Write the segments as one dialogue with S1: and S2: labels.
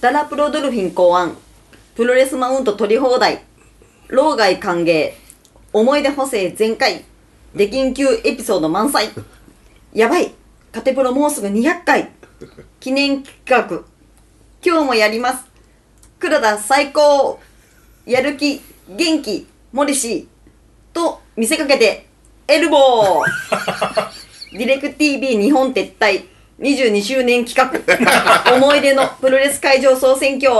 S1: ダラプロドルフィン考案プロレスマウント取り放題老害歓迎思い出補正全開出禁級エピソード満載やばいカテプロもうすぐ200回記念企画今日もやります黒田最高やる気元気モリシーと見せかけてエルボーディレク TV 日本撤退22周年企画 思い出のプロレス会場総選挙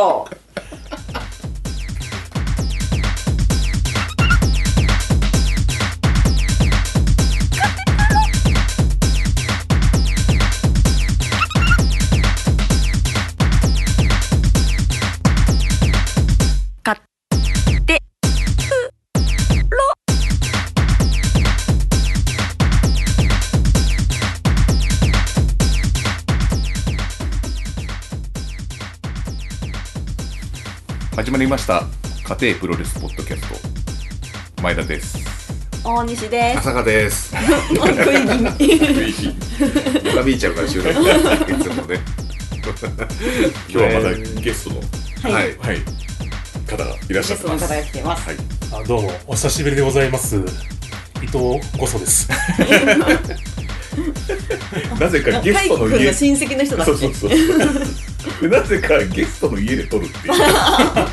S2: 始まりました家庭プロレスポッドキャスト前田です
S1: 大西です
S3: 朝 香です。
S1: もう食い気味
S3: ガビーちゃんから収録いつもね。
S2: 今日はまたゲストの、
S1: はい、
S3: は
S1: はい、
S3: い。
S2: はい、方がいら
S1: ゲ
S2: っしゃっ
S1: ス
S2: て
S1: トの方
S2: ま
S1: が
S2: す
S1: 来てます、
S2: はい
S4: あどうも、お久しぶりでございます。伊藤こそです。
S2: なぜかゲ
S1: カ
S2: ス
S1: イ
S2: ト
S1: 君
S2: の
S1: の
S2: 家
S1: 親戚の人だって
S2: そうそうそうでなぜかゲストの家で撮るっていう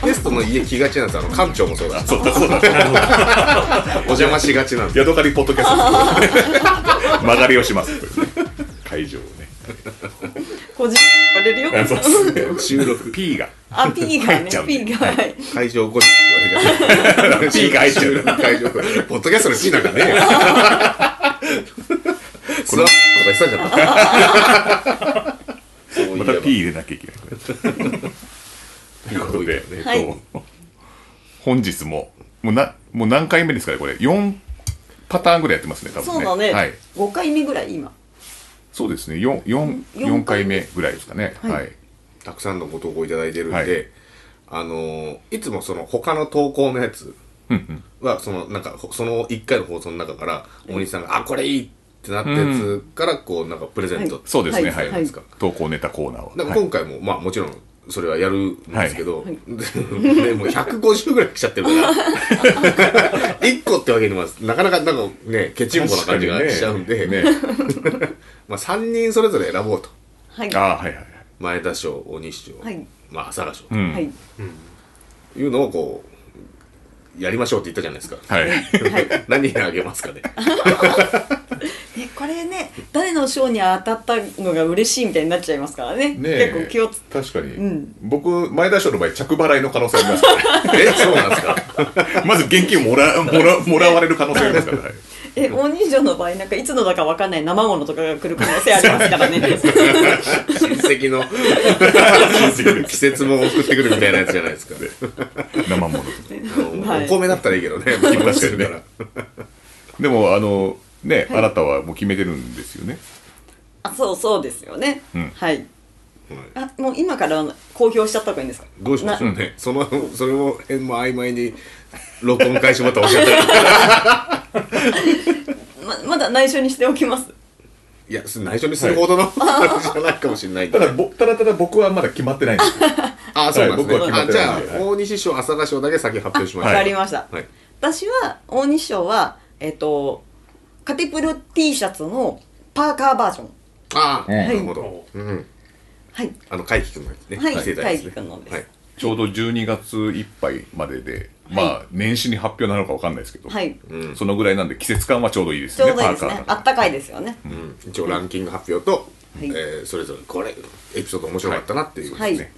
S3: ゲストの家来がちなんです。あの館長もそう だ。
S2: そうだそうだ
S3: お邪魔しがちなんです。
S2: ヤドカリポッドキャスト曲がりをしますというね会場をね
S1: 個人言われるよ
S2: あそうっすね 収録 P が
S1: あ P が
S2: 入
S1: ね
S2: っちゃう
S1: P がはい
S3: 会場後日って言われがち。
S2: P が入っちゃう
S3: 会場後日ポッドキャストの P なんかねえ よ。これはとか言ってたじゃん。そうい
S2: ま
S3: えば
S2: た P 入れなきゃいけないこれということで、えっと
S1: はい
S2: 本日ももうなもう何回目ですかねこれ4パターンぐらいやってますね多分ね
S1: そうだね、
S2: はい、
S1: 5回目ぐらい今
S2: そうですね 4, 4,
S1: 四
S2: 4回目ぐらいですかね
S1: はい
S2: はい
S3: たくさんのご投稿いただいてるんで、
S2: はい
S3: あのーいつもその他の投稿のやつは、そのなんかほその1回の放送の中から大西さんが「あこれいい!」ってなったやつからこうなんかプレゼント、
S1: はい
S2: そうですね
S1: は
S2: はいい、
S1: はい
S2: 投稿ネタコーナーは
S3: なんか
S2: はい
S3: 今回も、まあもちろんそれはやるんですけど、
S1: はい
S3: でもう150ぐらい来ちゃってるから 1個ってわけにはなかなかなんかねケチンコな感じがしちゃうんで、
S2: ね
S3: まあ3人それぞれ選ぼうと
S1: はい
S2: あ
S1: は
S2: あはいはいはい
S3: 前田賞大西賞、
S1: はい
S3: まあ朝賀賞、
S2: うん
S1: い
S3: いうのをこうやりましょうって言ったじゃないですか
S2: はい
S1: はい
S3: 何にあげますか ね
S1: ね、これね誰の賞に当たったのが嬉しいみたいになっちゃいますからね
S2: ねえ
S1: 結構気をつ
S2: 確かに、
S1: ん
S2: 僕前田賞の場合着払いの可能性ありますからね
S3: えそうなんですか
S2: まず現金をもらもらもらわれる可能性ありますから、はい
S1: え大人情の場合なんかいつのだかわかんない生ものとかが来る可能性ありますから ね
S3: 親戚の 季節も送ってくるみたいなやつじゃないですか、
S2: 生もの
S1: はい
S3: お米だったらいいけどね確
S2: 確かにねでもあのね、あなたはもう決めてるんですよね
S1: あそうそうですよね、
S2: うん
S1: はいあもう今から公表しちゃった方がいいんですか
S3: どうしましょう
S2: な
S3: ねそのそれも辺も曖昧に録音開始ボタン押しちゃっ たら
S1: ままだ内緒にしておきます
S3: いやす内緒にするほどの話じゃないかもしれないんで
S2: ただぼただただ僕はまだ決まってないんですよ
S3: あそうなんですね、
S2: はい僕は
S3: あ
S2: 決
S3: じ
S2: まっ
S3: ゃ
S2: てな
S3: あ
S2: いんではい
S3: 大西賞朝賀賞だけ先発表しま
S1: わ
S3: す
S1: かりました、
S3: はい
S1: 私は大西賞はえっ、とカテプロ T シャツのパーカーバージョン
S3: ああ、
S2: うん
S3: なるほど、うん、
S1: はい
S3: あの海輝くんのやつね
S1: はい
S3: 世代ですね
S1: 海輝くんのです
S3: はい
S2: ちょうど12月いっぱいまでで、まあ年始に発表なのかわかんないですけど、
S1: はい
S3: うん
S2: そのぐらいなんで季節感はちょうどいいです
S1: ちょ
S2: よ
S1: う
S2: ね
S1: どいいですね
S2: パーカ
S1: あったかいですよね、
S3: うん一応ランキング発表と、
S1: はい
S3: えーそれぞれこれエピソード面白かったなっていう、
S1: はい
S2: ね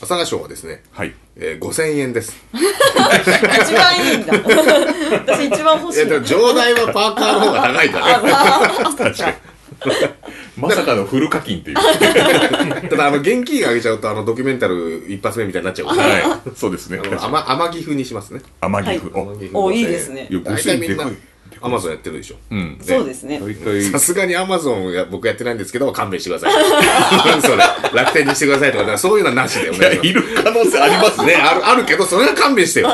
S3: 朝賀賞はですね、
S2: はい
S3: えー、5000円です
S1: 一番いいんだ 私一番欲
S3: い
S1: しい
S3: やでも上代はパーカーの方が高いからね
S1: ああそっか
S2: まさかのフル課金っていうは
S3: ただあの現金あげちゃうとあのドキュメンタル一発目みたいになっちゃうから、
S2: いそうですね
S3: あの甘甘岐風にしますね
S2: 甘岐阜、
S1: は
S2: お
S1: おいいですね
S2: いや
S3: 大体みんな
S2: 5000円で
S3: アマゾンやってるでしょ、う
S2: うん
S1: そうですね
S2: 大体
S3: さすがにアマゾンや僕やってないんですけど勘弁してください それ楽天にしてくださいとかだからそういうのはなしでお願いしま
S2: いる可能性あります
S3: すねあるあるけどそれは勘弁してよ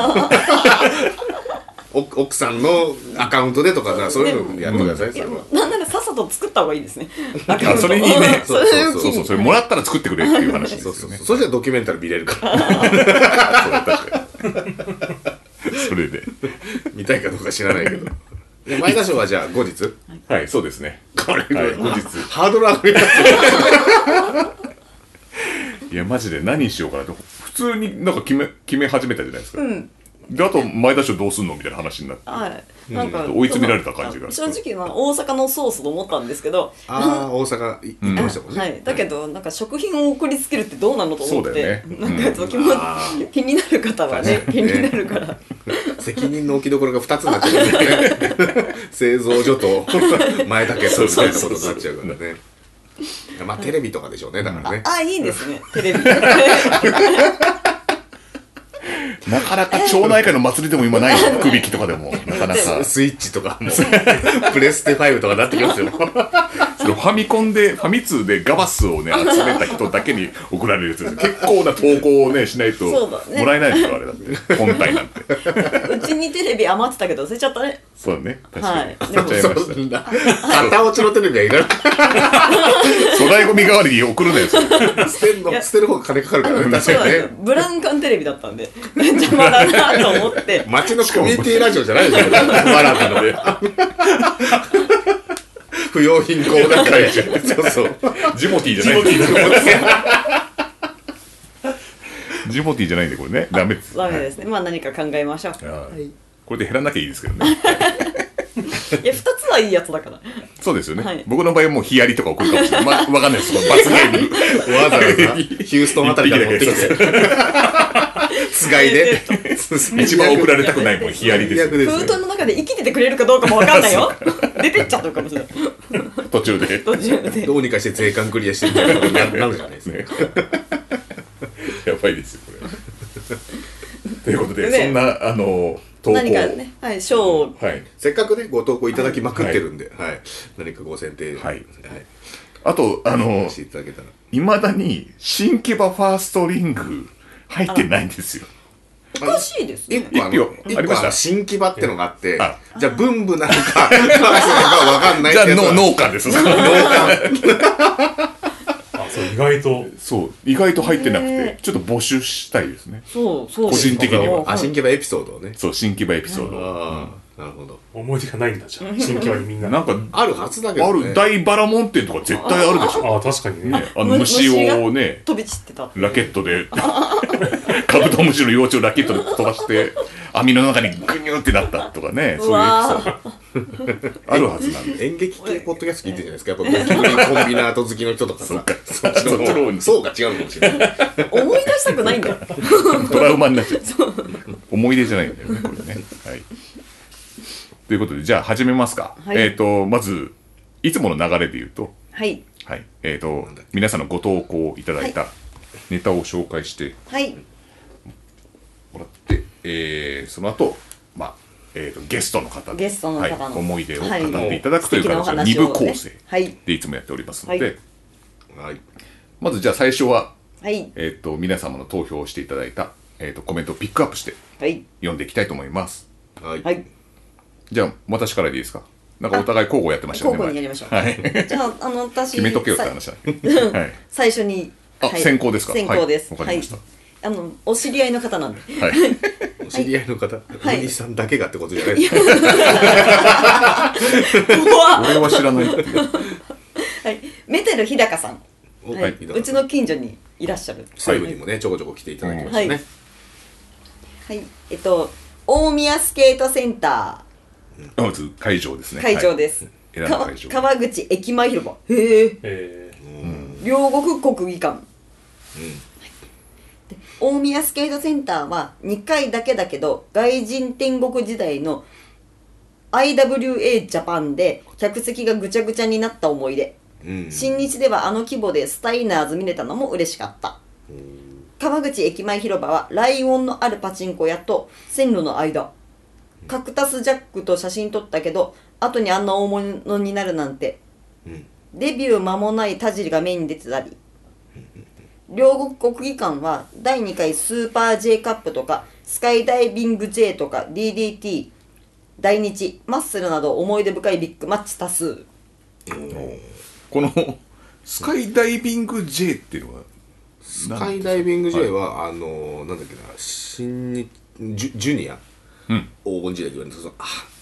S3: お奥さんのアカウントでとかだからそういうのやってくださいそれは
S1: なんならさっさとと作った方がいいですね。アカウント
S2: あそれいいね
S1: そういう
S3: そう
S2: そうそう、それもらったら作ってくれっていう話です
S3: そ
S2: よ
S3: うそうそ
S2: ね
S3: う。。そしたらドキュメンタリー見れるから。
S2: それ確かに。それで。
S3: 見たいかどうか知らないけど。で前田賞はじゃあ後日
S2: はい、そうですね。
S3: こ れ、
S2: はい
S3: 後
S2: 後
S3: 日
S2: 日。
S3: ハードル上がりますよ。
S2: いや、マジで何しようかなと。普通になんか決め、決め始めたじゃないですか。で、あと、前田賞どうすんのみたいな話になって。
S1: はい。なんか、
S2: 追い詰められた感じが
S1: 正直、まあ、大阪のソースと思ったんですけど、
S3: ああ、大阪い行ってましたもんね。
S1: はい、だけど、なんか食品を送りつけるってどうなのと思って、
S2: そうだよね
S1: なんかちょっと気も
S3: あ
S1: 気になる方はね
S3: 確、か
S1: 気
S3: にね
S1: になるから、
S3: 責任の置きどころが2つになっちゃうからね 製造所と前田家とみたいなことになっちゃうからねまあテレビとかでしょうねだからね
S1: あ、いいですね、テレ ビ。
S2: なかなか町内会の祭りでも今ないよ。福引きとかでも。なかなか。
S3: スイッチとかもプレステ5とかになってきますよ
S2: そのファミコンで、ファミ通でガバスをね、集めた人だけに送られるやつです。結構な投稿をね、しないと
S1: そう
S2: も
S1: だね
S2: らえないですよ、あれだ って。本体なんて。
S1: うちにテレビ余ってたけど、忘れちゃったね。
S2: そうだね。確か
S1: は
S2: に
S1: い。。
S2: 買っちゃいました。
S3: そんな片落ちのテレビはいらない
S2: 粗大ゴミ代わりに送るなよ、それ
S3: 捨てるの捨てる方が金かかるからね
S1: そ
S3: 確
S1: うな
S3: か
S1: んで
S3: に
S1: すよ
S3: ね
S1: ブラウン管テレビだったんで、邪魔だなと思 って。
S3: 街のコミュニティラジオじゃないでしょバラなので不用品購だからでしょそうそう
S2: ジモティーじゃないジモティーじゃないんで、これね。ダメです。
S1: ダメ
S2: はい
S1: ですね。まあ何か考えましょう。
S2: はいこれで減らなきゃいいですけどね。
S1: いや、二つはいいやつだから。
S2: そうですよね。
S1: はい
S2: 僕の場合はもうヒアリとか送るかもしれない。ま、わかんないです。その罰ゲ ーム。
S3: わざわざヒューストンあたりから持ってきて。つがいで。
S2: 一番送られたくないもん、ヒアリです
S3: 最悪
S2: よ。
S3: で
S1: 封
S3: す
S1: 筒
S3: よ。
S1: の中で生きててくれるかどうかもわかんないよ。出てっちゃうかもしれない。
S2: 途中で。
S1: 途中で。
S3: どうにかして税関クリアしてみたいなことになるじゃないですか。
S2: ね やばいですよ、これ。ということで、
S1: ね
S2: そんな、あの、投稿。
S1: 何かね、はい、賞を
S2: はい。
S3: せっかくね、ご投稿いただきまくってるんで、はい。何かご選定。
S2: はい
S3: は
S2: あと、あの
S3: い。し、ていただけたら。
S2: いまだに、新木場ファーストリング、入ってないんですよ。
S1: おかしいですね。
S3: 一個あの
S2: 一票あ
S3: 一
S2: り
S3: 個
S2: まし
S3: あ
S2: た
S3: の新木場ってのがあって
S2: あ、
S3: じゃあ文部なのか、ファーストなのかわかんない
S2: じゃあ、
S3: の
S2: の農家です。
S4: あ、そう、意外と。
S2: そう、意外と入ってなく
S1: へ
S2: て、ちょっと募集したいですね。
S1: そう、そう。
S2: 個人的には
S1: あ
S3: あ、新木場エピソードをね。
S2: そう、新木場エピソード。
S3: ああ、なるほど。
S4: 思い出がないんだじゃん。新規はみんな。
S2: なんか、
S3: あるはずだけ
S2: あ
S3: どね。
S2: る大バラモン店とか絶対あるでしょ。
S4: ああ、確かにね。
S2: あの虫をね、
S1: 飛び散ってた。
S2: ラケットで、カブトムシの幼虫をラケットで飛ばして、網の中にグニューってなったとかね、そ
S1: う
S2: ういうエ
S1: わ
S2: ピソードあるはずなんで。
S3: 演劇系ポッドキャスト聞いてるじゃないですか。やっぱゴキブリコンビナート好きの人とかさ。そっち
S2: そっちの方
S3: の
S2: に
S3: 層が違うのかもしれない。
S1: 思い出したくないんだよ。
S2: トラウマになっちゃう。思い出じゃないんだよね、これね。はい。ということで、じゃあ始めますか。
S1: はい
S2: えっと、まず、いつもの流れで言うと、
S1: はい。
S2: はい。えっ、と、皆さんのご投稿いただいたネタを紹介して
S1: はい。
S2: もらって、えーその後、まあ、えっ、と、ゲストの方で
S1: ゲストの方の
S2: はい、思い出を語
S1: はい
S2: っていただくという形の
S1: 素敵
S2: 2
S1: なお話を
S2: 部構成
S1: ねはい
S2: でいつもやっておりますので、
S1: はい
S3: はい。
S2: まずじゃあ最初は、
S1: はい。
S2: えっ、と、皆様の投票をしていただいた、えっ、と、コメントをピックアップして
S1: はい。
S2: 読んでいきたいと思います。
S3: はい。
S1: はい。
S2: じゃあ、私からでいいですかなんかお互い交互やってましたよね。
S1: あ交互にやりましょう
S2: 前 はい。
S1: じゃあ、あの、私、
S2: 決めとけよって話だね。はい。
S1: 最初に。
S2: あ先行ですか
S1: 先行です。
S2: はいわかりました
S1: はいあの、お知り合いの方なんで。
S2: はい。
S3: お知り合いの方、
S1: い
S3: お兄さんだけがってことじゃないですか。
S1: 怖っ
S2: 俺は知らないっていう。
S1: はい。メテル日高さん。
S3: お
S1: はい。うちの近所にいらっしゃる。
S3: 西部にもね、ちょこちょこ来ていただきましたね。
S1: はい。えっと、大宮スケートセンタ
S2: まず会場ですね。
S1: ー会場です。
S2: は
S1: か
S2: い選ぶ会場
S1: 川口駅前広場。へえ。
S4: え
S1: 両国国技館、で大宮スケートセンターは2回だけだけど外人天国時代の IWA ジャパンで客席がぐちゃぐちゃになった思い出、
S3: うん
S1: 新日ではあの規模でスタイナーズ見れたのも嬉しかった川口駅前広場はライオンのあるパチンコ屋と線路の間カクタスジャックと写真撮ったけど後にあんな大物になるなんてデビュー間もない田尻がメインに出てたり両国国技館は第2回スーパー J カップとかスカイダイビング J とか DDT 大日マッスルなど思い出深いビッグマッチ多数
S2: このスカイダイビング J っていうのは
S3: スカイダイビング J は、あのー、なんだっけな、新日、ジュジュニア、黄金時代と言われてるその、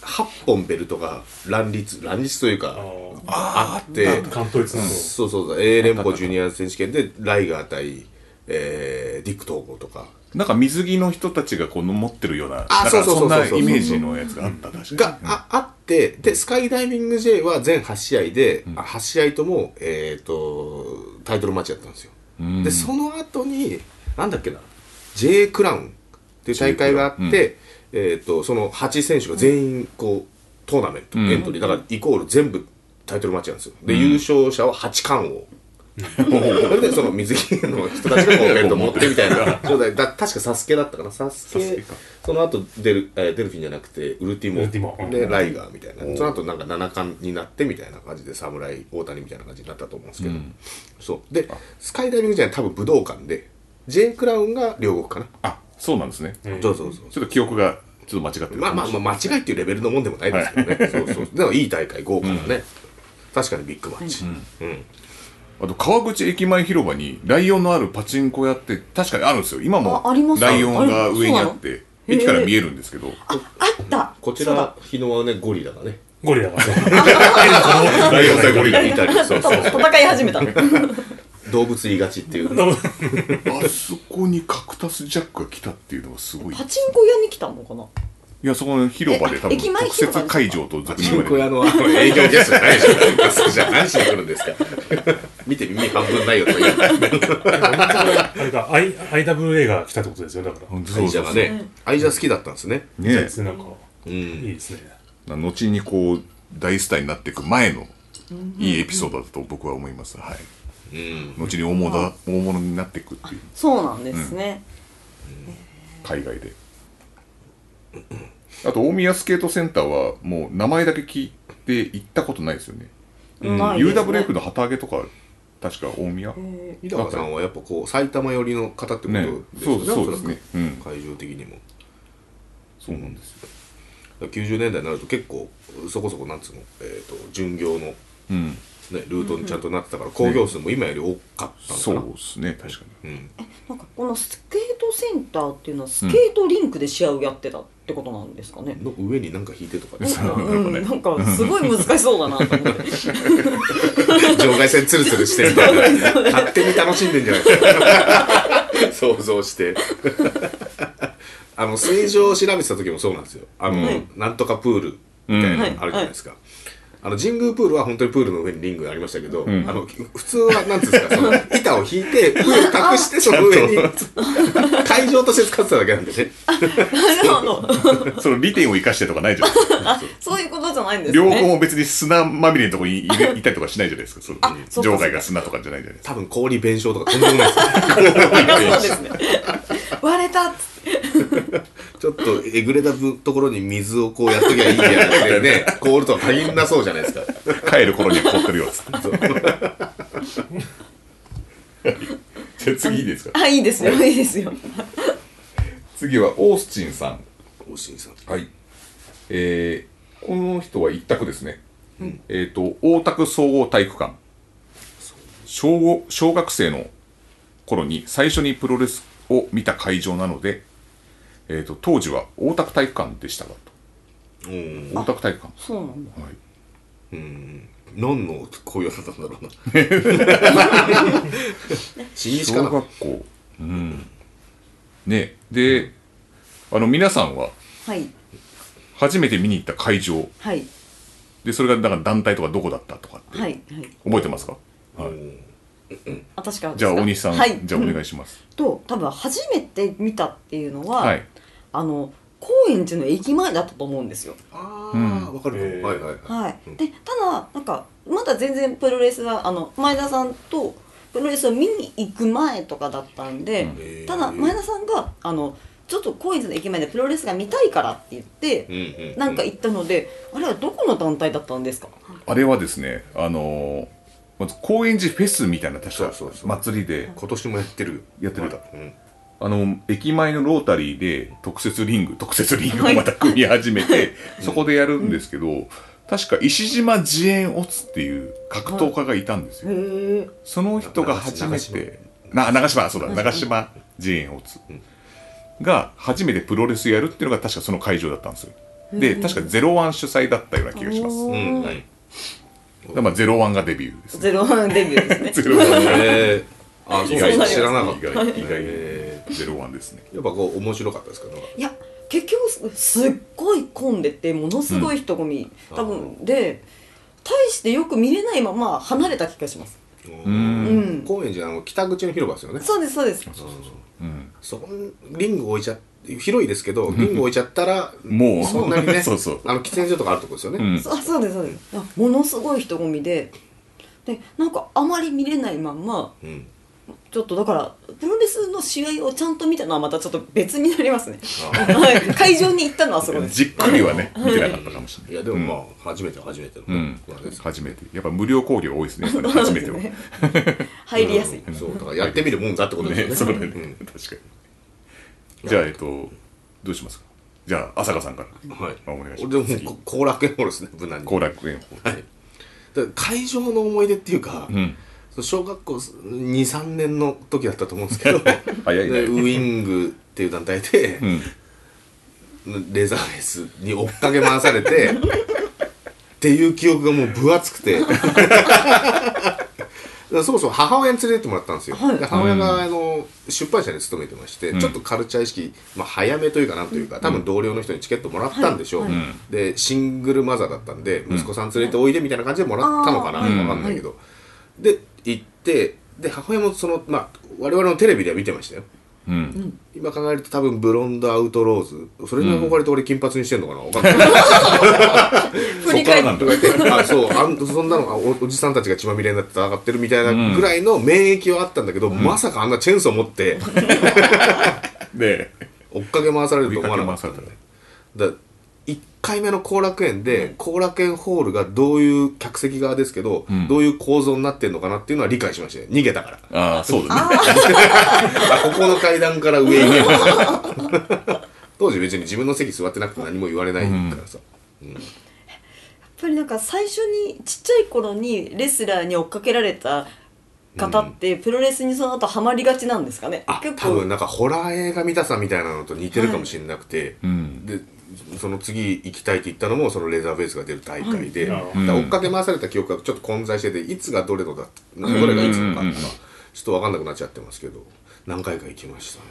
S3: 8本ベルトが乱立、乱立というか、あって、
S4: 関東一の、
S3: そうそうそう、A 連邦ジュニア選手権で、ライガー対、えー、ディック統合とか、
S2: なんか水着の人たちがこの持ってるような
S3: あ
S2: なんか
S3: そうそうそうそう
S2: そんなイメージのやつがあった確か
S3: が、ああって、で、スカイダイビング J は全8試合で、あ8試合とも、えっ、と、タイトルマッチだったんですよ。で、その後に、なんだっけな、J クラウンっていう大会があって、えっ、と、その8選手が全員、こう、トーナメント、エントリー、だから、イコール全部タイトルマッチなんですよ。で、優勝者は8冠王。 それでその水着の人たちがこうベルト持ってみたいな状態だ確かサスケだったかなサスケ
S2: サスケか
S3: その後デル、えーデルフィンじゃなくてウルティモ
S4: ウルティモうん
S3: でライガーみたいなその後なんか七冠になってみたいな感じで侍大谷みたいな感じになったと思うんですけど、そうでスカイダイビングじゃない多分武道館で J クラウンが両国かな、
S2: あそうなんですね
S3: そうそうそう
S2: ちょっと記憶がちょっと間違ってる
S3: まあまあまあ間違いっていうレベルのもんでもないですけどね、そうそうでもいい大会豪華なね、確かにビッグマッチ、
S2: あと川口駅前広場にライオンのあるパチンコ屋って確かにあるんですよ今も
S1: ああります
S2: ライオンが上にあっ
S1: あ
S2: て
S1: そうなの
S2: 駅から見えるんですけど
S1: ああった
S3: こち
S1: そうだ
S3: ら日野はねゴリラがね
S4: ゴリラがね。
S2: ライオン対ゴリラ
S3: い たりそうそう
S1: そう戦い始めた
S3: 動物言いがちっていう
S2: あそこにカクタスジャックが来たっていうのがすごい
S1: パチンコ屋に来たのかない
S2: やそこの広場で多
S1: え
S2: 分
S1: 駅前
S2: 特
S1: 広場
S2: 設会場と俗に言
S3: 中
S2: われ
S3: 古
S2: る
S3: 屋のあの営業ゲストじゃないでしょじゃあ何しに来るんですか 見て耳半分ないよとか言う
S4: あれか、I- IWA が来たってことですよ、だから。
S2: 本当
S3: ア
S2: そう
S3: イジ
S2: そ
S3: ャ
S2: う
S3: が
S2: そう
S3: ねアイジャ好きだったんですね
S4: そう
S2: ね
S4: ですね、なんか、いいですね。
S2: 後にこう大スターになっていく前のいいエピソードだと僕は思いますはい後に大物だ大物になっていくっていう
S1: そうなんですね、
S2: 海外であと大宮スケートセンターはもう名前だけ聞いて行ったことないですよね
S1: ないですね
S2: UWF の旗揚げとか確か大宮
S3: 井高さんはやっぱこう埼玉寄りの方ってことです
S2: ね
S3: よね
S2: そう
S3: お
S2: そう
S3: そ
S2: で
S3: ら
S2: す
S3: く
S2: ねうん
S3: 会場的にも
S2: そうなんですよ
S3: 90年代になると結構そこそこなんつうのえっと巡業の
S2: うん
S3: ねルートにちゃんとなってたから興行数も今より多かったのか
S2: そ
S3: な
S2: うですね確かに
S1: なんかこのスケートセンターっていうのはスケートリンクで試合をやってたってことなんですかね、
S3: の上になんか引いてとかね
S1: うん、なんかすごい難しそうだなと思って
S3: 場外線ツルツルしてみたいな勝手に楽しんでんじゃないですか 想像して あの水上を調べてた時もそうなんですよあの、なんとかプールみたいなのあるじゃないですか、あの神宮プールは本当にプールの上にリングがありましたけど、あの普通はなんていうんですかそ の板を引いてプール隠してその 上に 会場として使ってただけなんでね
S1: あの
S2: その利点を生かしてとかないじゃないですか
S1: そういうことじゃないんです
S2: 両方
S1: ね
S2: も別に砂まみれのとこにいいたりとかしないじゃないですかその
S1: あそうか
S2: 場外が砂とかじゃないじゃないですか
S3: 多分氷弁償とかとんでもないですね
S1: そうですね割れたっつって
S3: ちょっとえぐれたぶところに水をこうやっときゃいいんじゃなくて ね、凍るとは限らなそうじゃないですか。
S2: 帰る頃には凍ってるよっつって
S3: そう
S2: じゃあ次いいですか
S1: あいいですよいいですよ
S2: 次はオースチンさん
S3: おしんさん。
S2: はい。えーこの人は一択ですね。えっ、と、大田区総合体育館。小五小学生の頃に最初にプロレスを見た会場なので、えっ、と、当時は大田区体育館でしたが、
S3: うん。
S2: と大田区体育館。
S1: そうなんだ
S2: はい。
S3: 何の声をだったんだろうな。新日か
S2: 小
S3: な。
S2: 学校。うん。ね、で、あの、皆さんは
S1: はい
S2: 初めて見に行った会場。
S1: はい
S2: で、それがだから団体とかどこだったとかって、
S1: はいはい
S2: 覚えてますか
S1: あ確か
S2: じゃあ、大西さん、
S1: はい
S2: じゃあお願いします。
S1: と多分初めて見たっていうのは、
S2: はい。
S1: あの高円寺の駅前だったと思うんですよ。
S3: あ
S2: うん
S3: あ、わか
S4: え
S3: るかも。
S4: ー
S3: はいはいはい。
S1: はい、でただなんかまだ全然プロレスはあの前田さんとプロレスを見に行く前とかだったんで、
S3: うん
S1: ただ前田さんがあのちょっと高円寺の駅前でプロレスが見たいからって言って、
S3: うんうん。
S1: なんか行ったのであれはどこの団体だったんですか
S2: あれはですね、あのーまず高円寺フェスみたいな確
S3: そう
S2: か
S3: そうそう
S2: 祭りで、
S3: 今年もやってるよ。
S2: やってる
S3: まだうん。
S2: あの、駅前のロータリーで特設リング、特設リングをまた組み始めて、そこでやるんですけど、確か石島慈円オツっていう格闘家がいたんですよ、
S1: へえ
S2: その人が初めてな長島そうだ長島慈円オツが初めてプロレスやるっていうのが確かその会場だったんですよで確かゼロワン主催だったような気がします
S1: お
S2: だ
S1: ー
S3: うんはい
S2: からまあゼロワンがデビューです ね
S1: ゼロワンデビューですね
S2: ゼロワン
S3: えー、あ
S2: 意
S3: そう
S1: なり
S2: 外
S1: ま
S2: と
S1: す
S3: 知らなかった
S2: 意外意外
S3: え
S2: ゼロワンですね
S3: ーやっぱこう面白かったですかなんか
S1: いや結局すすっごい混んでてものすごい人混み、
S3: うん
S1: 多分で大してよく見れないまま離れた気がします
S2: うん
S1: うん
S3: 高円寺の北口の広場ですよね
S1: そうですそうです
S2: うん
S3: そこにリング置いちゃ広いですけどリング置いちゃったら
S2: もう
S3: そんなにね
S2: そうそう
S3: あの喫煙所とかあるとこですよね、
S2: うん
S1: そうそうですそうです あものすごい人混みででなんかあまり見れないまんま
S3: うん
S1: ちょっとだからプロレスの試合をちゃんと見たのはまたちょっと別になりますね
S3: あ
S1: はい 会場に行ったのはそこです
S2: じっくりはね見てなかったかもしれない
S3: いやでもまあ初めて初めて
S2: う
S3: の
S2: ん
S3: ことなんです、
S2: 初めてやっぱ無料講義が多いですねやっぱり初めては
S1: そうですね 入りやすい、
S3: うんそうだからやってみるもんだってこと
S2: ね、
S3: で
S2: そ
S3: す
S2: う
S3: よ
S2: だ
S3: ね
S2: ね、
S3: うん
S2: 確かに。じゃあ、えっと、どうしますかじゃあ、朝香さんから。
S3: はい
S2: あお願いし
S3: 俺
S2: ま
S3: ですもうこ後楽園ホールですね無難に
S2: 後楽園ホール。
S3: はいだから会場の思い出っていうか、
S2: うん。
S3: その小学校23年の時だったと思うんですけど
S2: 早いね
S3: で ウィングっていう団体で
S2: う、ん。
S3: レザーフェイスに追っかけ回さ れてっていう記憶がもう分厚くてだからそもそも母親に連れてってもらったんですよ、
S1: はい
S3: で母親があの出版社に勤めてまして、
S2: ん
S3: ちょっとカルチャー意識、まあ、早めというかなんというか多分同僚の人にチケットもらったんでしょう、
S1: はいはい
S3: でシングルマザーだったんで息子さん連れておいでみたいな感じでもらったのかな、
S1: あ
S3: わ
S1: ー
S3: かんないけど、で行ってで母親もその、まあ、我々のテレビでは見てましたよ
S2: うん。
S3: 今考えると多分ブロンドアウトローズそれに憧れて俺金髪にしてんのかなわかんない
S1: 振り返
S2: そっからな
S1: っ
S2: ん
S1: て
S2: だ
S3: とか言ってあそうあんそんなのあおおじさんたちが血まみれになって戦ってるみたいなぐらいの免疫はあったんだけど、まさかあんなチェーンソー 持って
S2: で、
S3: 追っかけ回されると
S2: 追い
S3: 思わ
S2: か
S3: な
S2: け
S3: か
S2: 回さ
S3: った
S2: れたら。
S3: だ1回目の後楽園で後楽園ホールがどういう客席側ですけど、
S2: ん
S3: どういう構造になってるのかなっていうのは理解しましたよ逃げたから
S2: ああ、そうだね。
S3: あここの階段から 上に行けば当時別に自分の席座ってなくて何も言われないからさ、
S1: やっぱりなんか最初にちっちゃい頃にレスラーに追っかけられた方ってプロレスにその後ハマりがちなんですかね、
S3: あ
S1: 結
S3: 多分
S1: 構
S3: なんかホラー映画見たさみたいなのと似てるかもしれなくて、
S2: うん。
S3: でその次行きたいって言ったのもそのレーザーベースが出る大会で、
S4: はい
S3: だから追っかけ回された記憶がちょっと混在してていつがどれのだどれがいつのか
S2: うんうんうんうん
S3: とかちょっと分かんなくなっちゃってますけど何回か行きましたね。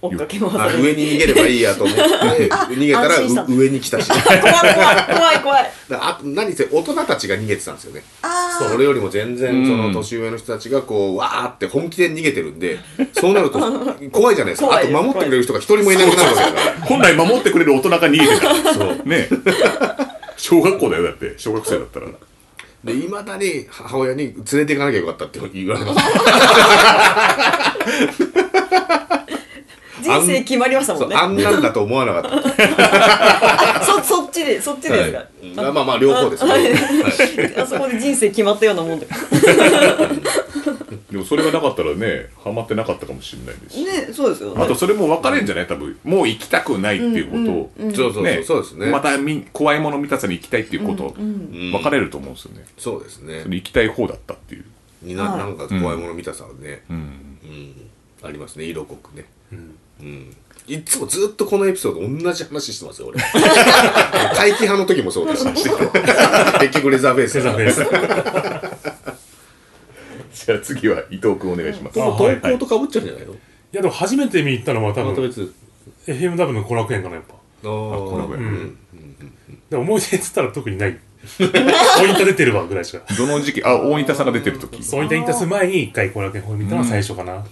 S1: 追っかけ回
S3: あ
S1: され
S3: 上
S1: る
S3: に逃げればいいやと思って 逃げた
S1: 安
S3: ら
S1: 心した
S3: う上に来たし だか
S1: 怖い怖い怖い怖い
S3: らあ何せ大人たちが逃げてたんですよね
S1: あ
S3: それよりも全然その年上の人たちがこうわーって本気で逃げてるんでそうな ると怖いじゃないですか
S1: 怖
S3: あ
S1: い
S3: と守ってくれる人が一人もいなくなるわけだから
S2: 本来守ってくれる大人が逃げてた。
S3: そう
S2: ね。小学校だよ、だって。小学生だったら。
S3: でいまだに母親に連れて行かなきゃよかったって言われます
S1: ー人生決まりましたも
S3: そ
S1: ん
S3: う
S1: ね
S3: あんなんだと思わなかった
S1: あそそっちでそっちですか、
S3: うんまあまあまあ両方ですね
S1: はいあそこで人生決まったようなもんでね
S2: でもそれがなかったらね、ハマってなかったかもしれないですし。
S1: そうですよね
S2: あとそれも分かれんじゃない多分もう行きたくないっていうことを、
S3: そうそうそうそうですね
S2: またみ怖いもの見たさに行きたいっていうこと、分かれると思うんですよね、
S3: そうですね
S2: それ行きたい方だったっていう
S3: にな
S1: はい
S3: なんか怖いもの見たさはね
S2: うん
S3: うんありますね色濃くねうんいつもずっとこのエピソード同じ話してますよ俺 怪奇派の時もそうだし 結局レザーベース
S4: セザーフェイス。
S2: じゃあ次は伊藤君お願いします、
S4: あ
S3: もう
S4: はい
S3: 投稿とかぶっちゃうんじゃないの
S4: いやでも初めて見に行ったのは多
S3: また
S4: 分
S3: 別
S4: FMW の後楽園かなやっぱ。
S3: あー
S2: う
S4: うんん。で思い出っつったら特にない。 ポイント出てるわぐらいしか。
S2: どの時期あ大仁田さんが出てる時
S4: そういった引退する前に一回後楽園ホール見たのは最初かな。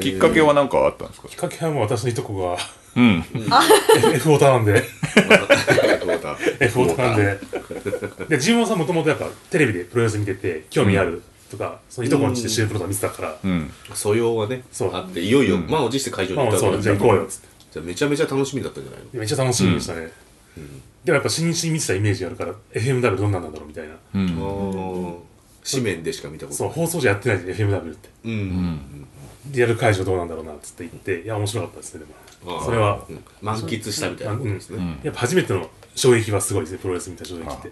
S2: きっか けは何かあったんですか
S4: きっかけはもう私のいとこが
S2: うん、
S4: F ボタなんで、
S3: また
S4: F ボタなんで。で、ジンモンさんもともとやっぱテレビでプロレス見てて、興味あるとか、そのいとこの父で CM プロとか見てたから、
S2: うん、
S3: 素養はね
S4: そう
S3: あっていよいよ満を持して会場に
S4: ま
S3: 行っ
S4: あ
S3: た
S4: そ
S3: わ
S4: う、
S3: け
S4: じゃ
S3: だ
S4: あ行こうよっつって。
S3: じゃあめちゃめちゃ楽しみだったんじゃないの
S4: めっちゃ楽しみでしたね、でもやっぱ新日に見てたイメージあるから FMW どんなんなんだろうみたいな、
S3: ああ紙面でしか見たこと
S4: そう
S3: ない
S4: 放送じゃやってないで FMW って
S3: うん
S4: リアル会場どうなんだろうなっつって言っていや面白かったですねでも
S3: あー
S4: それは、
S3: うん満喫したみたいなことですね
S4: やっぱ初めての衝撃はすごいですね、プロレス見た衝撃って。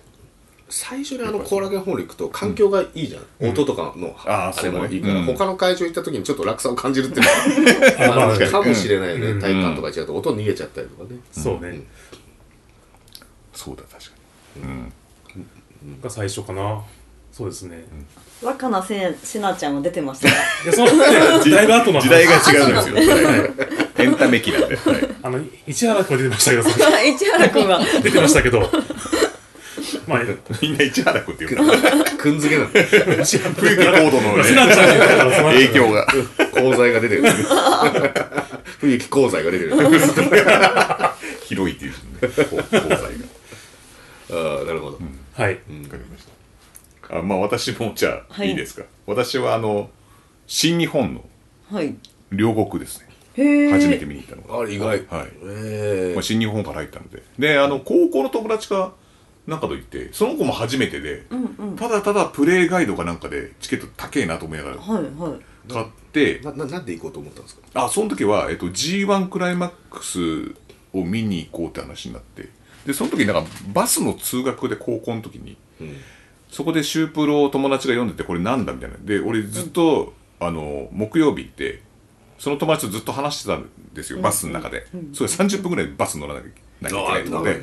S3: 最初にあの後楽園ホール行くと環境がいいじゃん、音とかの
S2: あ
S3: あ
S2: ー
S3: れもいいから、
S2: そうねうん
S3: 他の会場行った時にちょっと落差を感じるっていう
S4: あ
S3: の
S4: まあ
S3: は
S4: 確
S3: あ
S4: か
S3: る
S4: に
S3: かもしれないね、
S4: うん
S3: 体感とか違うと音逃げちゃったりとかね、
S4: そうね。
S2: そうだ確か
S4: が最初かな。そうですね。
S1: 若菜せしなちゃんも出てましたから
S4: いや、その、だいぶ後の話
S2: 時代が違うんですよはいエンタメ期なんで、はい
S4: あの、市原君も出てましたけど、そ の
S1: 市原君は
S4: 出てましたけど。まあ、
S2: みんな市原君っていうか
S3: くんづけなの
S4: 市原
S2: 空気コードの、
S4: すな
S2: ね、
S4: ち ゃんにだからその後
S2: 影響が
S3: 鋼材が出てる雰囲気鋼材が出てる
S2: 広いっていうねこう東西が
S3: ああなるほど、
S4: は
S2: わ
S4: い。
S2: かりましたあまあ私もじゃあ、、
S1: はいい
S2: いですか私はあの新日本の
S1: はい
S2: 両国ですね
S1: へえ
S2: 初めて見に行ったのが、
S3: あれ意外、
S2: はい
S3: え
S2: まあ、新日本から入ったのでであの高校の友達かなんかと言ってその子も初めてで、ただただプレイガイドかなんかでチケット高えなと思いながら
S1: はいはい
S2: 買って
S3: ー、なななんで行こうと思ったんですか
S2: あその時は、えっと、G1 クライマックスを見に行こうって話になってでその時なんかバスの通学で高校の時に、そこでシュープロを友達が読んでてこれなんだみたいなで俺ずっと、あの木曜日ってその友達とずっと話してたんですよ、バスの中で、それ30分ぐらいバス乗らなきゃなきゃいけないので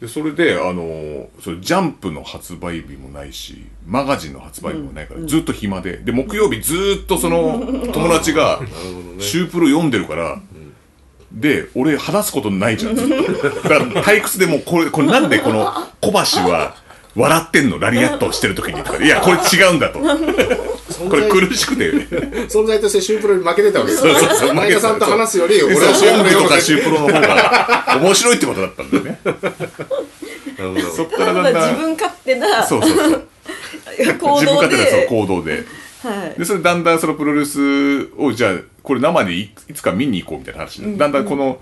S2: でそれで、あのそれジャンプの発売日もないしマガジンの発売日もないから、ずっと暇でで木曜日ずーっとその友達 がシュープロ読んでるから、で俺話すことないじゃんずっとだから退屈でもうこれこれなんでこの小橋は笑ってんのラリアットをしてる時にとかいやこれ違うんだとこれ苦しく て
S3: 存在としてシュープロに負けてたわけです
S2: そうそうそう
S3: 前田さんと話すより俺
S2: 俺
S3: は
S2: は
S3: シ
S2: シ
S3: ュ
S2: ュ
S3: ー
S2: ー
S3: プ
S2: プロ
S3: ロと
S2: と
S3: か
S2: かシュープロの方が面白いってことだったんだよね そっからだんだ
S1: 自
S2: ん
S1: 分勝手な
S2: そうそう そう
S1: 行
S2: 自分
S1: 動
S2: 勝手なそう
S1: で
S2: 行動で
S1: はい
S2: でそれだんだんそのプロレスをじゃあこれ生でいいつか見に行こうみたいな話になってだんだんこの、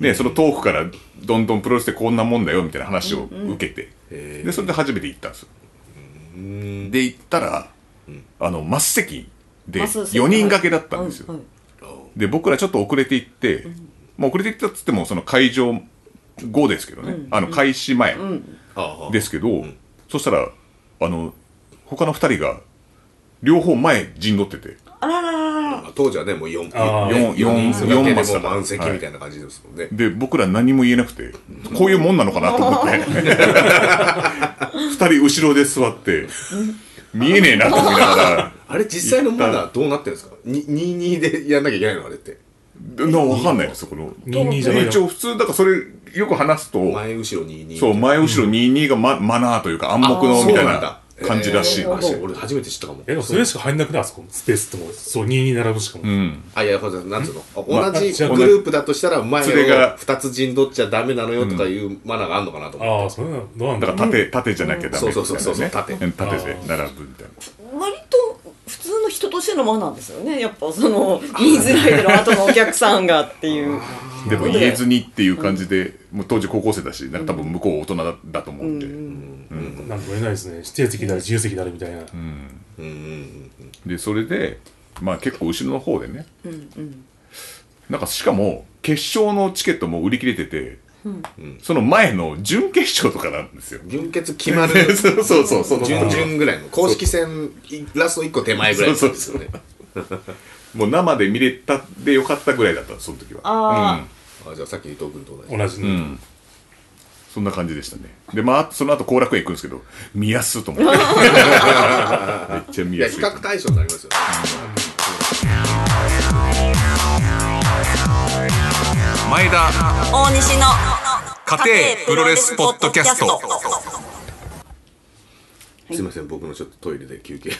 S2: ね、その遠くからどんどんプロレスってこんなもんだよみたいな話を受けて、
S3: へー
S2: でそれで初めて行ったんですよで行ったら、あの末席で
S1: まあそうですね
S2: 4人掛けだったんですよ、
S1: はい
S2: で僕らちょっと遅れて行って、もう遅れて行ったっつってもその会場後ですけどね、あの開始前、ですけど、そしたらあの他の2人が両方前陣取ってて
S1: あらららら
S3: まあ当時はねもう4
S4: あー
S2: 四
S3: 人四
S2: 四
S3: マ
S2: マ
S3: ス
S2: ス
S3: だ
S2: だか
S3: けでも
S2: ら
S3: 満席みたいな感じですもんね、
S2: で僕ら何も言えなくてこういうもんなのかなと思って2人後ろで座って見えねえなと思いながら。
S3: あれ実際のマナーどうなってるんですかに22でやんなきゃいけないのあれって
S2: なわかんないですよこの
S4: 22じゃないの
S2: 一応普通だからそれよく話すと
S3: 前後ろ22
S2: そう前後ろ22がマ,、マナーというか暗黙の
S3: そう
S2: みたい
S3: な
S2: な
S3: んだ
S2: 感じらしい
S3: え
S2: ん
S3: ー
S2: ですよ、
S3: あ俺初めて知ったかも
S4: え、でもそれしか入んなくないあそこスペースってもう、そう、2に並ぶしかも。
S3: あいやこれなんつうの、
S2: まあ
S3: 同じ
S4: 違う
S3: グループだとしたら前を
S2: それが
S3: 2つ陣取っちゃダメなのよとかいうマナーがあるのかなと思って、
S4: ああ、そういうの、どうなん
S2: だ
S4: だ
S2: か
S4: ろ
S2: ら
S4: う。
S2: 縦、縦じゃなきゃダメみた
S3: そ
S2: いう
S3: そう
S2: な
S3: そうそう
S2: ね
S3: 縦
S2: うん縦で並ぶみたいな
S1: 割と普通の人としてのマナーですよねやっぱその言いづらいでの後のお客さんがっていう
S2: でも言えずにっていう感じで、もう当時高校生だしなんか多分向こう大人だだと思うんで、
S4: なんとも言えないですね。指定席だ、自由席だみたいな。
S2: でそれでまあ結構後ろの方でね、なんかしかも決勝のチケットも売り切れてて、その前の準決勝とかなんですよ、
S3: 準決決まる
S2: そうそうそうその
S3: 準々ぐらいの公式戦いラスト1個手前ぐらいの
S2: そうそうそうもう生で見れたでよかったぐらいだったその時は
S1: あー
S2: うん、
S3: あじゃあさっき伊藤君と同じ
S4: 同じの。
S2: そんな感じでしたねでまあその後後楽園行くんですけど見やすと思ってめっちゃ見
S3: いや
S2: やす
S3: 比
S2: い
S3: 較対象になりますよね、
S2: 前田
S1: 大西の
S2: 家庭プロレスポッドキャスト
S3: すいません僕のちょっとトイレで休憩
S2: い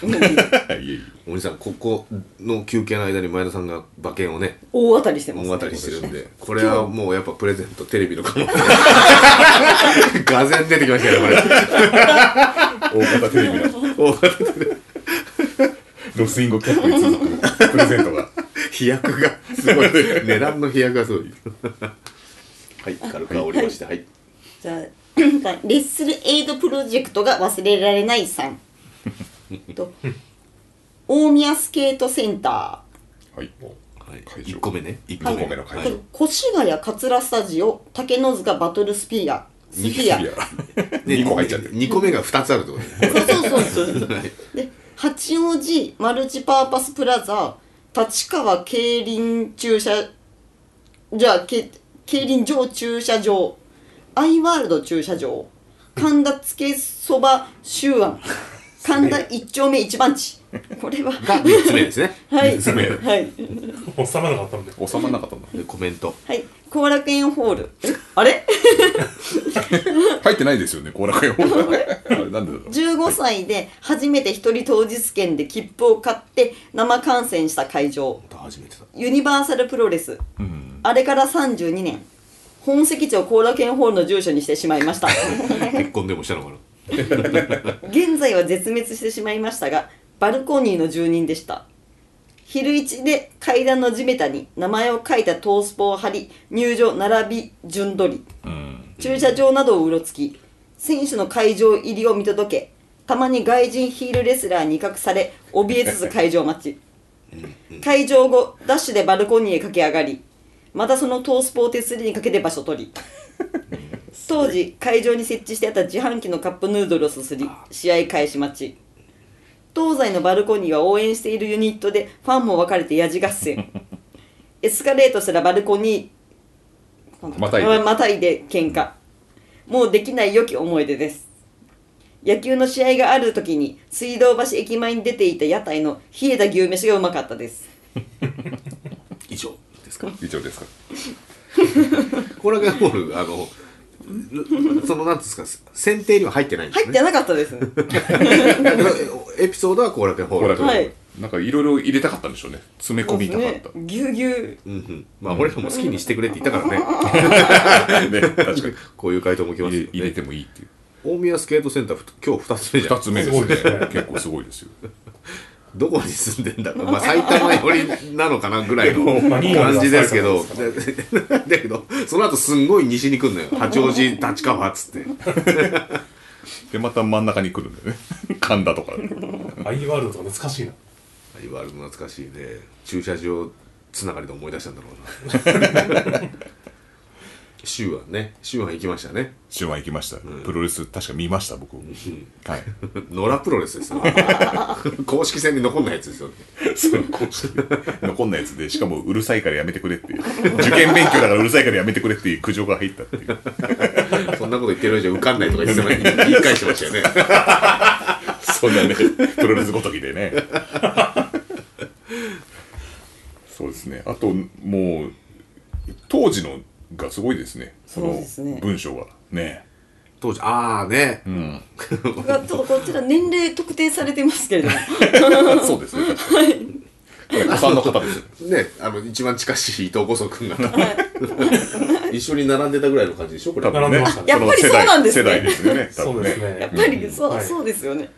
S2: えいえ
S3: お兄さんここの休憩の間に前田さんが馬券をね
S1: 大当たりしてま
S3: 大
S1: す、ね、
S3: 当たりしてるんでこれはもうやっぱプレゼントテレビの可能性 がぜん出てきましたよこれ
S2: 大型テレビの
S3: 大型
S2: ロスインゴキャップに続くプレゼントが
S3: 飛躍がすごい値段の飛躍がすごいはい軽く折りましてはい
S1: じゃあレッスルエイドプロジェクトが忘れられないさんと大宮スケートセンタ
S2: はい
S3: はい
S2: 会場
S3: 1個目ね1
S1: ー
S2: 一個目の会場
S1: はい越谷桂スタジオ竹の塚バトルスピアスフィア。
S2: 2個入っちゃってる。
S3: 2個目が2つあるってことね。
S1: そうそうそうそう。で、八王子マルチパーパスプラザ、立川競輪駐車、じゃあ、け競輪場駐車場、アイワールド駐車場、神田つけそば集庵、神田一丁目一番地。これは、
S3: が3つ目ですね。
S1: はい、
S3: 三つ目
S1: はい、
S4: 収まらなかったんで。
S2: 収まらなかったんだ。
S3: でコメント。
S1: はい、後楽園ホール。えあれ
S2: 入ってないですよね、後楽園ホール。あれなんでだろう。
S1: 15歳で初めて一人当日券で切符を買って生観戦した会場
S3: 初めてだ。
S1: ユニバーサルプロレス、あれから32年本籍地を後楽園ホールの住所にしてしまいま した
S3: 結婚でもしたのかな。
S1: 現在は絶滅してしまいましたがバルコニーの住人でした昼一で階段の地べたに名前を書いたトースポを貼り入場並び順取り
S2: うん。
S1: 駐車場などをうろつき選手の会場入りを見届けたまに外人ヒールレスラーに威嚇され怯えつつ会場待ち会場後ダッシュでバルコニーへ駆け上がりまたそのトースポを手すりにかけて場所取り当時会場に設置してあった自販機のカップヌードルをすすり試合開始待ち東西のバルコニーは応援しているユニットでファンも分かれてやじ合 戦エスカレートしたらバルコニー
S2: またいで
S1: またいで喧嘩もうできない良き思い出です野球の試合がある時に水道橋駅前に出ていた屋台の冷えた牛飯がうまかったです
S3: 以上ですか。
S2: 以上ですか。
S3: 後楽園ホール、あの、その、なんていうんですか、選定には入ってないんです
S1: 入
S3: ね。
S1: ってなかった です
S3: だからエピソードは後楽園ホー
S2: 後
S3: ル
S2: 楽園。ホ
S1: は
S2: ー
S1: い
S2: ル。なんかいろいろ入れたかったんでしょうね。詰め込みたかった。
S1: ぎゅうぎゅ
S3: うんうん。まあ、俺らも好きにしてくれって言ったからね。
S2: ね、確かに。
S3: こういう回答も来ま
S2: 入
S3: す
S2: れ入
S3: よ
S2: れ
S3: ね。
S2: てもいいっていう。
S3: 大宮スケートセンター、今日2つ目じゃ
S2: 二
S3: ん。
S2: つ目です
S4: すごい
S2: ね
S4: ですね。
S2: 結構すごいですよ。
S3: どこに住んでんだろう、まあ、埼玉寄りなのかなぐらいの
S4: まあ新潟
S3: 感じですけど、
S4: 埼
S3: だだけど、その後すんごい西に来んのよ。八王子、立川っつって。
S2: で、また真ん中に来るんだよね。 神田とか。
S4: アイワールドとか懐かしいな。
S3: 言われるの懐かしいね。駐車場つながりで思い出したんだろうな。週はね、週は行きましたね。
S2: 週末行きました。プロレス、確か見ました、僕。はい。
S3: 野良プロレスですよ。 公式戦に残んないやつですよね。
S2: そう公式残んないやつで、しかもうるさいからやめてくれっていう。受験勉強だからうるさいからやめてくれっていう苦情が入ったっていう。
S3: そんなこと言ってる以上受かんないとか言ってたのに言い返してましたよね。
S2: そんなね、プロレスごときでね。そうですね。あと、もう、当時のがすごいですね。そ
S1: そう
S2: の
S1: ですね
S2: 文章が。 ね。
S3: 当時、ああね、
S1: うがちょっとこちら年齢特定されてますけれども
S2: そうですね。確かにこれ、古参の方ですよ。
S3: ね、あの、一番近しい伊藤こそ君が、 一緒に並んでたぐらいの感じでしょこれ。
S2: 多分
S4: 並んで
S2: ね
S4: ました。ね
S1: やっぱりそうなんですね
S2: 世代ですよね。多
S4: そう
S2: 分
S4: です
S2: ね。
S4: ね。
S1: やっぱりそう,、
S4: はい
S1: そうですよね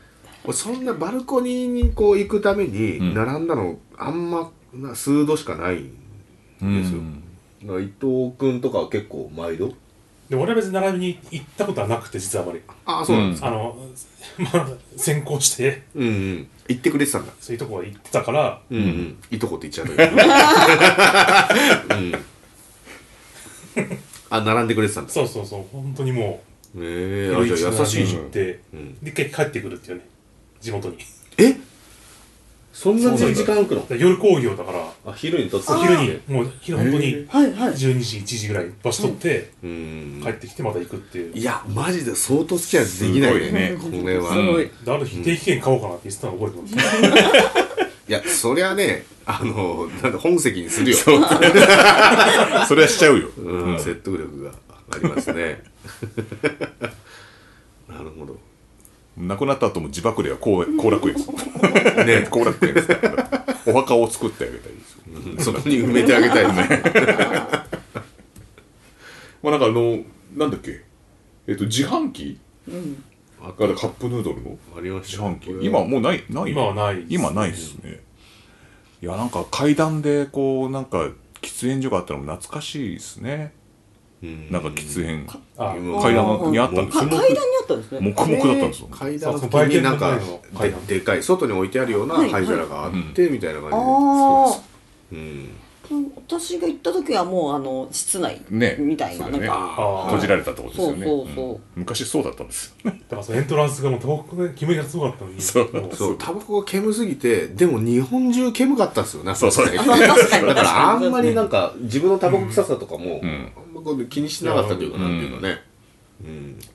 S3: 俺そんなバルコニーにこう行くために、並んだの、あんま、な数度しかないんですよ。だから伊藤君とかは結構毎度。
S4: で、俺は別に並びに行ったことはなくて、実はあまり。
S3: ああ、そうなんですか。
S4: あの、 まあ、先行して、
S3: うんうん。行ってくれてたんだ。
S4: そういうとこは行ってたから、
S3: うんうん。いとこって言っちゃったけど。うん。あ、並んでくれてたんだ。
S4: そうそうそう、本当にも
S3: ねえ
S4: う、
S3: あ、じゃあ優しいじゃ
S4: 行
S3: ん
S4: っ。て、
S3: うん
S4: で、一回帰ってくるっていうね、地元に。だか
S3: えそんなに時間空くの
S4: ら夜工業だから、
S3: あ、昼に突
S4: お昼に、もう昼本当
S3: へ
S4: に、
S1: はいはい
S4: 12時、1時ぐらい場所取って、
S3: うん
S4: 帰ってきてまた行くっていう。
S3: いや、マジで相当好きなやつできないよね、
S2: す
S3: これは。
S1: すごい、
S4: で、ある日定期券買おうかなって言ってたの覚えてます。
S3: いや、そりゃね、あの、なんだ、本籍にするよ。
S2: それはしちゃうよ。
S3: うん、説得力がありますね。 なるほど。
S2: 亡くなった後も自爆霊は後後楽園です。
S3: ね
S2: 後楽園ですから。お墓を作ってあげたりですよ。
S3: そこに埋めてあげたいね。
S2: まあなんかあの、なんだっけ、えっと、自販機
S3: あ
S2: がカップヌードルの
S3: ありまし
S2: 自
S3: たね
S2: 販機。今はもうない、ない
S4: 今はない
S2: 今ないですね。いや、なんか階段で、こう、なんか、喫煙所があったのも懐かしいですね。
S3: ん
S2: なんか喫煙、
S4: あ、
S3: うん
S2: 階段にあったんで
S1: か
S2: す
S1: 階
S2: よ。
S1: 段にあったんですね
S2: 黙々だったんですよ。
S3: 階段付近になんかででかい外に置いてあるような灰皿があってみたいな感
S1: あ
S3: じで
S1: あ
S3: うん
S1: こ私が行った時はもうあの室内
S2: ね
S1: みたいな、
S2: そうだね
S1: なんか
S3: あ
S4: あ
S2: こじられたってことですよね
S1: そうそうそうん
S2: 昔そうだったんですよ
S4: だからそのエントランスがもうタバコで煙がすごかったのに。
S2: そう
S4: も
S3: そうタバコが煙すぎてでも日本中煙かったんですよね
S2: そうそう
S3: だ
S1: まあ確かに確
S3: か
S1: から
S3: あん
S1: に
S3: まりなんか自分のタバコ臭さとかも、
S2: ん
S3: あんまこう気にしなかったというか
S2: うん
S3: なんていうかね、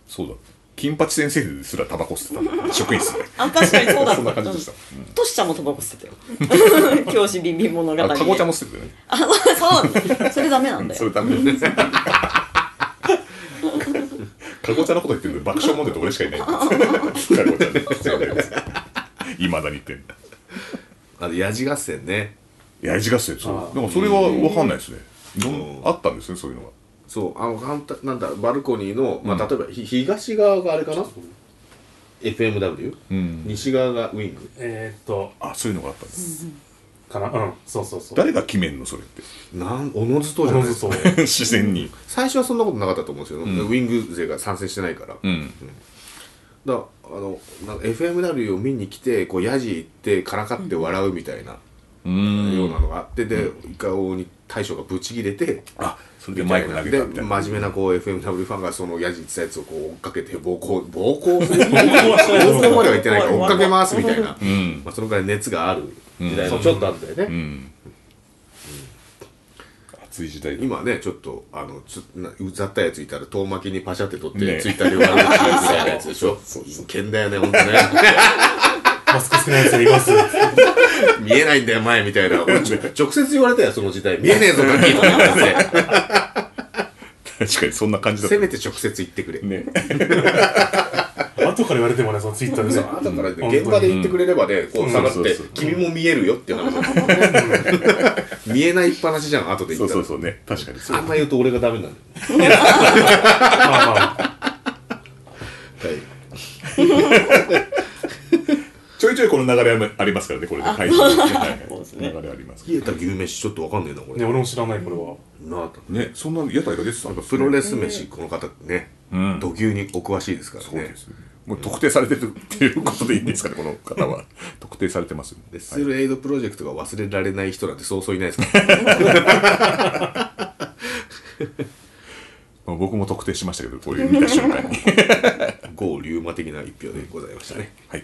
S2: そうだ金八先生ですらタバコ吸ってた職員室で
S1: あ確かにそうだった
S2: そんな感じでした
S1: うんトシちゃんもタバコ吸ってたよ 教師ビンビン物語で
S2: あかぼちゃも吸ってたよね
S1: あそうなんだそれダメなんだ
S2: そ
S1: よ
S2: れダメですかぼちゃのこと言ってるのに爆笑問題と俺しかいないん ですかぼちゃいまだに言ってんだ
S3: あのヤジ合戦ね
S2: やじがすよそう
S4: あー
S2: でもそれは分かんないですねどん
S3: うん
S2: あったんですねそういうのが
S3: そうあの簡単なんだバルコニーの、まあ、例えばひ東側があれかな FMW、
S2: ん
S3: 西側がウィング
S4: えーっと、
S2: あそういうのがあったんです
S4: かなうん、そうそうそう。
S2: 誰が決めんのそれっ
S3: なんおのずとじゃ
S4: お
S3: ない
S4: の
S3: で
S4: ず
S3: すか
S4: と。
S2: て自然に
S3: 最初はそんなことなかったと思うんですけど、ウィング勢が参戦してないから、
S2: うん
S3: だあのなんか FMW を見に来てこうヤジ行ってからかって笑うみた
S2: う
S3: いな、よ
S2: ー
S3: うんなのがあってで一回大に大将がブチ切れて
S2: あそれでマイク投げたみた
S3: で
S2: いな
S3: 真面目なこう FMW ファンがそのヤジ言ってたやつをこう追っかけて暴行暴行する暴
S4: 僕はしない
S3: 行までは
S4: と
S3: 言ってないから追っかけ回すみたいな、
S2: うん
S3: まあ、そのぐらい熱がある時代
S4: う
S3: も
S4: ん
S3: ちょっとあったよね、
S2: うん暑い時代だ
S3: 今ねちょっとあのつなうざったいやついたら遠巻きにパシャって撮って、
S2: ね
S3: ツイッターで言われるみたいなやつ でしょ剣だよねほんとね
S4: マスク少ないやつがいます。
S3: 見えないんだよ前みたいな俺ちょ直接言われたよその時代見えねえぞガキとか言って
S2: 確かに そんな感じだっ
S3: せめて直接言ってくれ
S2: たね
S4: 後から言われてもね、そのツイッターで
S3: そう
S4: さ。
S3: 後からね現場で言ってくれればね、こう下がっ
S2: そう
S3: て
S2: そうそう、
S3: 君も見えるよっていう話なんですよ見えないっぱなしじゃん、後で
S2: そ
S3: 言
S2: う
S3: った
S2: そうそ
S3: ら。
S2: うね確かにそう
S3: あんま言うと俺がダメなんだよ。
S4: まあまあ。
S3: はい。
S2: ちょいちょいこの流れありますからね、これで会社のねはい
S1: そうですね
S2: 流れあります
S3: 冷えた牛飯ちょっとわかんねえな、これ。
S4: ね、俺も知らない、これは。
S3: なあと。
S2: ね、そんな屋台が出てたんですね
S3: プロレス飯、この方ね、
S2: ん
S3: 土牛にお詳しいですから
S2: そう
S3: ね
S2: で。すね。もう特定されてるっていうことでいいんですかね、この方は。特定されてますよね
S3: レッスルエイドプロジェクトが忘れられない人なんてそうそういないです から。
S2: まあ僕も特定しましたけど、こういう見た瞬間に。
S3: ゴーリュウマ的な一票でございましたね。
S2: はい。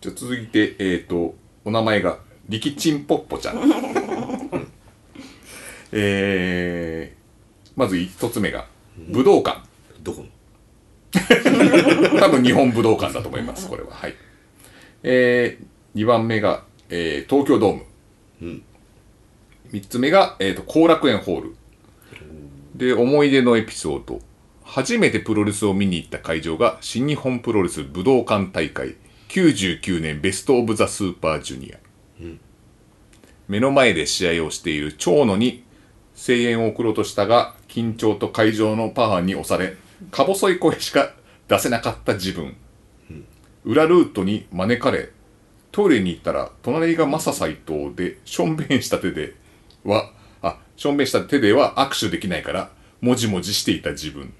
S2: じゃあ続いて、えっ、と、お名前が、リキチンポッポ ちゃん。えー、まず一つ目が、武道館。
S3: どこの
S2: 多分日本武道館だと思います、これは。はい。えー、2番目が、えー、東京ドーム。三3つ目が、えー、と、後楽園ホール。で、思い出のエピソード。初めてプロレスを見に行った会場が、新日本プロレス武道館大会、99年ベスト・オブ・ザ・スーパージュニア。目の前で試合をしている長野に声援を送ろうとしたが、緊張と会場のパワーに押され、か細い声しか出せなかった自分。裏ルートに招かれ、トイレに行ったら、隣がマサ斎藤で、しょんべんした手では、あ、しょんべんした手では握手できないから、もじもじしていた自分。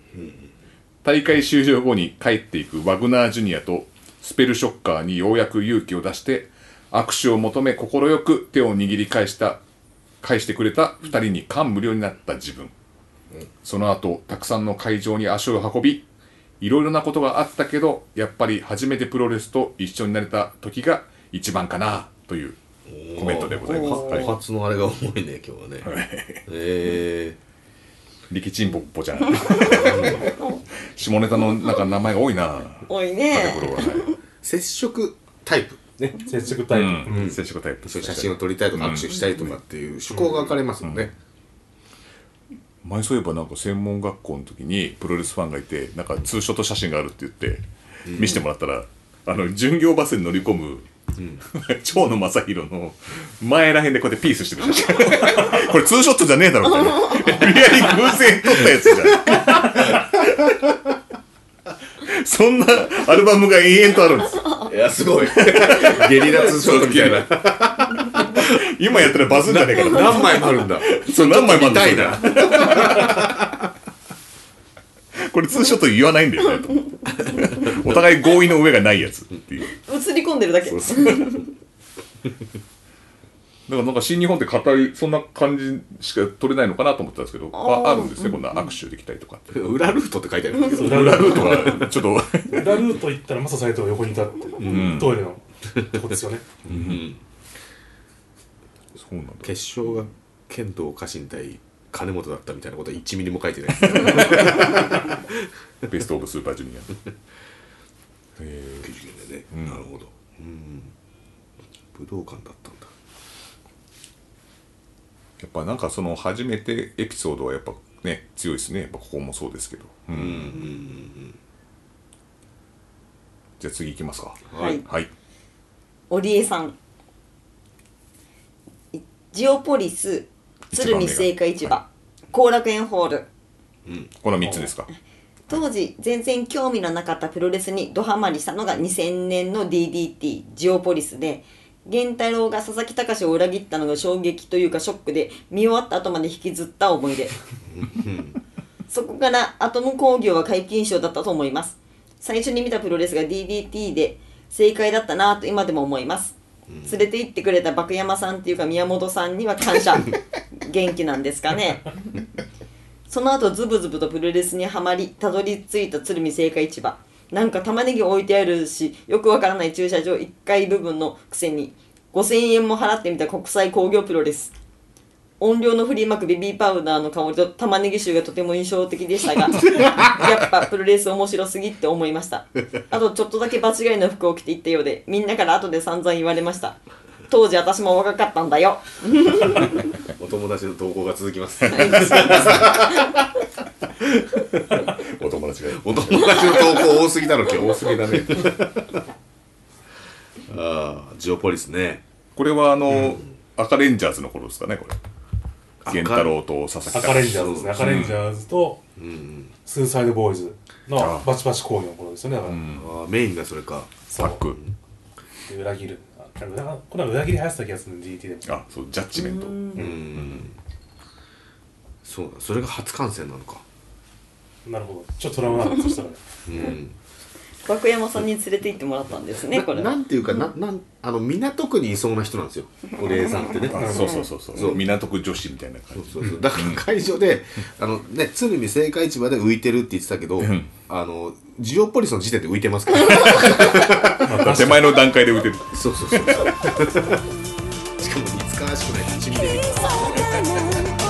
S2: 大会終了後に帰っていくワグナージュニアとスペルショッカーにようやく勇気を出して握手を求め快く手を握り返した返してくれた2人に感無量になった自分、その後たくさんの会場に足を運びいろいろなことがあったけどやっぱり初めてプロレスと一緒になれた時が一番かなというコメントでございます、
S3: お
S2: はい、
S3: 初のあれが重いね、今日はね。え
S2: 力チンポッポち ゃん下ネタのなんか名前が多い な
S1: 多い
S2: これ
S1: ね
S2: は、はい
S3: ー、接触タイプ。ね。
S4: 接触タイプ。
S2: うん、接触タイプ
S3: そういう写真を撮りたいとか握手したいとかっていう趣向が分かれますもんね。
S2: 前そういえばなんか専門学校の時にプロレスファンがいてなんかツーショット写真があるって言って見せてもらったら、あの巡業バスに乗り込む、 蝶野正弘の前らへんでこうやってピースしてる写真 これツーショットじゃねえだろみたいな無理やり偶然撮ったやつじゃん そんなアルバムが延々とあるんですよ
S3: いや、すご い。ゲリラツーショットみたいな。
S2: 今やったらバズんじゃねえかな
S3: 何枚もあるんだ。
S2: そう何枚もあるんだ
S3: 痛いな。
S2: これツーショット言わないんだよねと思ってお互い合意の上がないやつっていう
S1: 映り込んでるだけ
S2: そうそうだだからなんか新日本って硬い、そんな感じしか取れないのかなと思ってたんですけど、ああるんですね、こんな握手できたりとか って。
S3: 裏ルートって書いてあるんだけど、
S4: 裏ル
S2: 裏ル
S4: ー
S2: ートは、ちょっと、
S4: ト裏ルート行ったらマサ斎藤が横に立って、トイレのとこですよね
S2: そうなんだ。
S3: 決勝が剣道家臣対金本だったみたいなことは1ミリも書いてない
S2: ベストオブスーパージュニア。え
S3: 90年でね、なるほどうん武道館だったんだ
S2: ーやっぱなんかその、初めてエピソードはやっぱね、強いですね。やっぱここもそうですけど。うん。じゃあ次行きますか。
S1: はい
S2: はい。
S1: 織江さんいジオポリス鶴見製菓市
S2: 一番目が
S1: 場後楽園ホール
S2: この3つですか。
S1: 当時全然興味のなかったプロレスにドハマりしたのが2000年の DDT ジオポリスで源太郎が佐々木隆を裏切ったのが衝撃というかショックで見終わった後まで引きずった思い出そこからアトム工業は解禁賞だったと思います最初に見たプロレスが DDT で正解だったなと今でも思います連れて行ってくれた爆山さんっていうか宮本さんには感謝元気なんですかねその後ズブズブとプロレスにはまりたどり着いた鶴見青果市場なんか玉ねぎ置いてあるしよくわからない駐車場1階部分のくせに5000円も払ってみた国際工業プロレス音量の振りまくベビーパウダーの香りと玉ねぎ臭がとても印象的でしたがやっぱプロレス面白すぎって思いましたあとちょっとだけ場違いの服を着ていったようでみんなから後で散々言われました当時私も若かったんだよ
S3: お友達の投稿が続きます
S2: お友達が。
S3: お友達の投稿多すぎだろ今日
S2: 多すぎだね。
S3: ああジオポリスね
S2: これはあの、赤レンジャーズの頃ですかね、これ。
S3: 赤
S2: 源太郎と佐々木
S4: 赤レンジ
S2: ャ
S4: ャーズですね赤レンジャーズとスーサイドボーイズのバチバチ工業の頃ですよねだから
S3: あーメインがそれか
S2: パック。
S4: で裏切るあなんか裏これは裏切り流行ってた気がするね GT でも
S2: あ、そう、ジャッジメント。
S3: そうだそれが初観戦なのか
S4: なるほどちょっとトラウマなんだそしたらね
S1: 涌山さんに連れて行ってもらったんですねこれは
S3: なんていうか、ななんあの港区にいそうな人なんですよお礼さんってね
S2: あそうそうそうそう
S3: そう
S2: 港区女子みたいな感じ
S3: そうそうだから会場で、あのね、鶴見青果市場で浮いてるって言ってたけど、あのジオポリスの時点で浮いて ますから
S2: 手前の段階で打てる
S3: そうそうそうそうしかも似つかわしくない一味で見て
S5: 「そんなのあ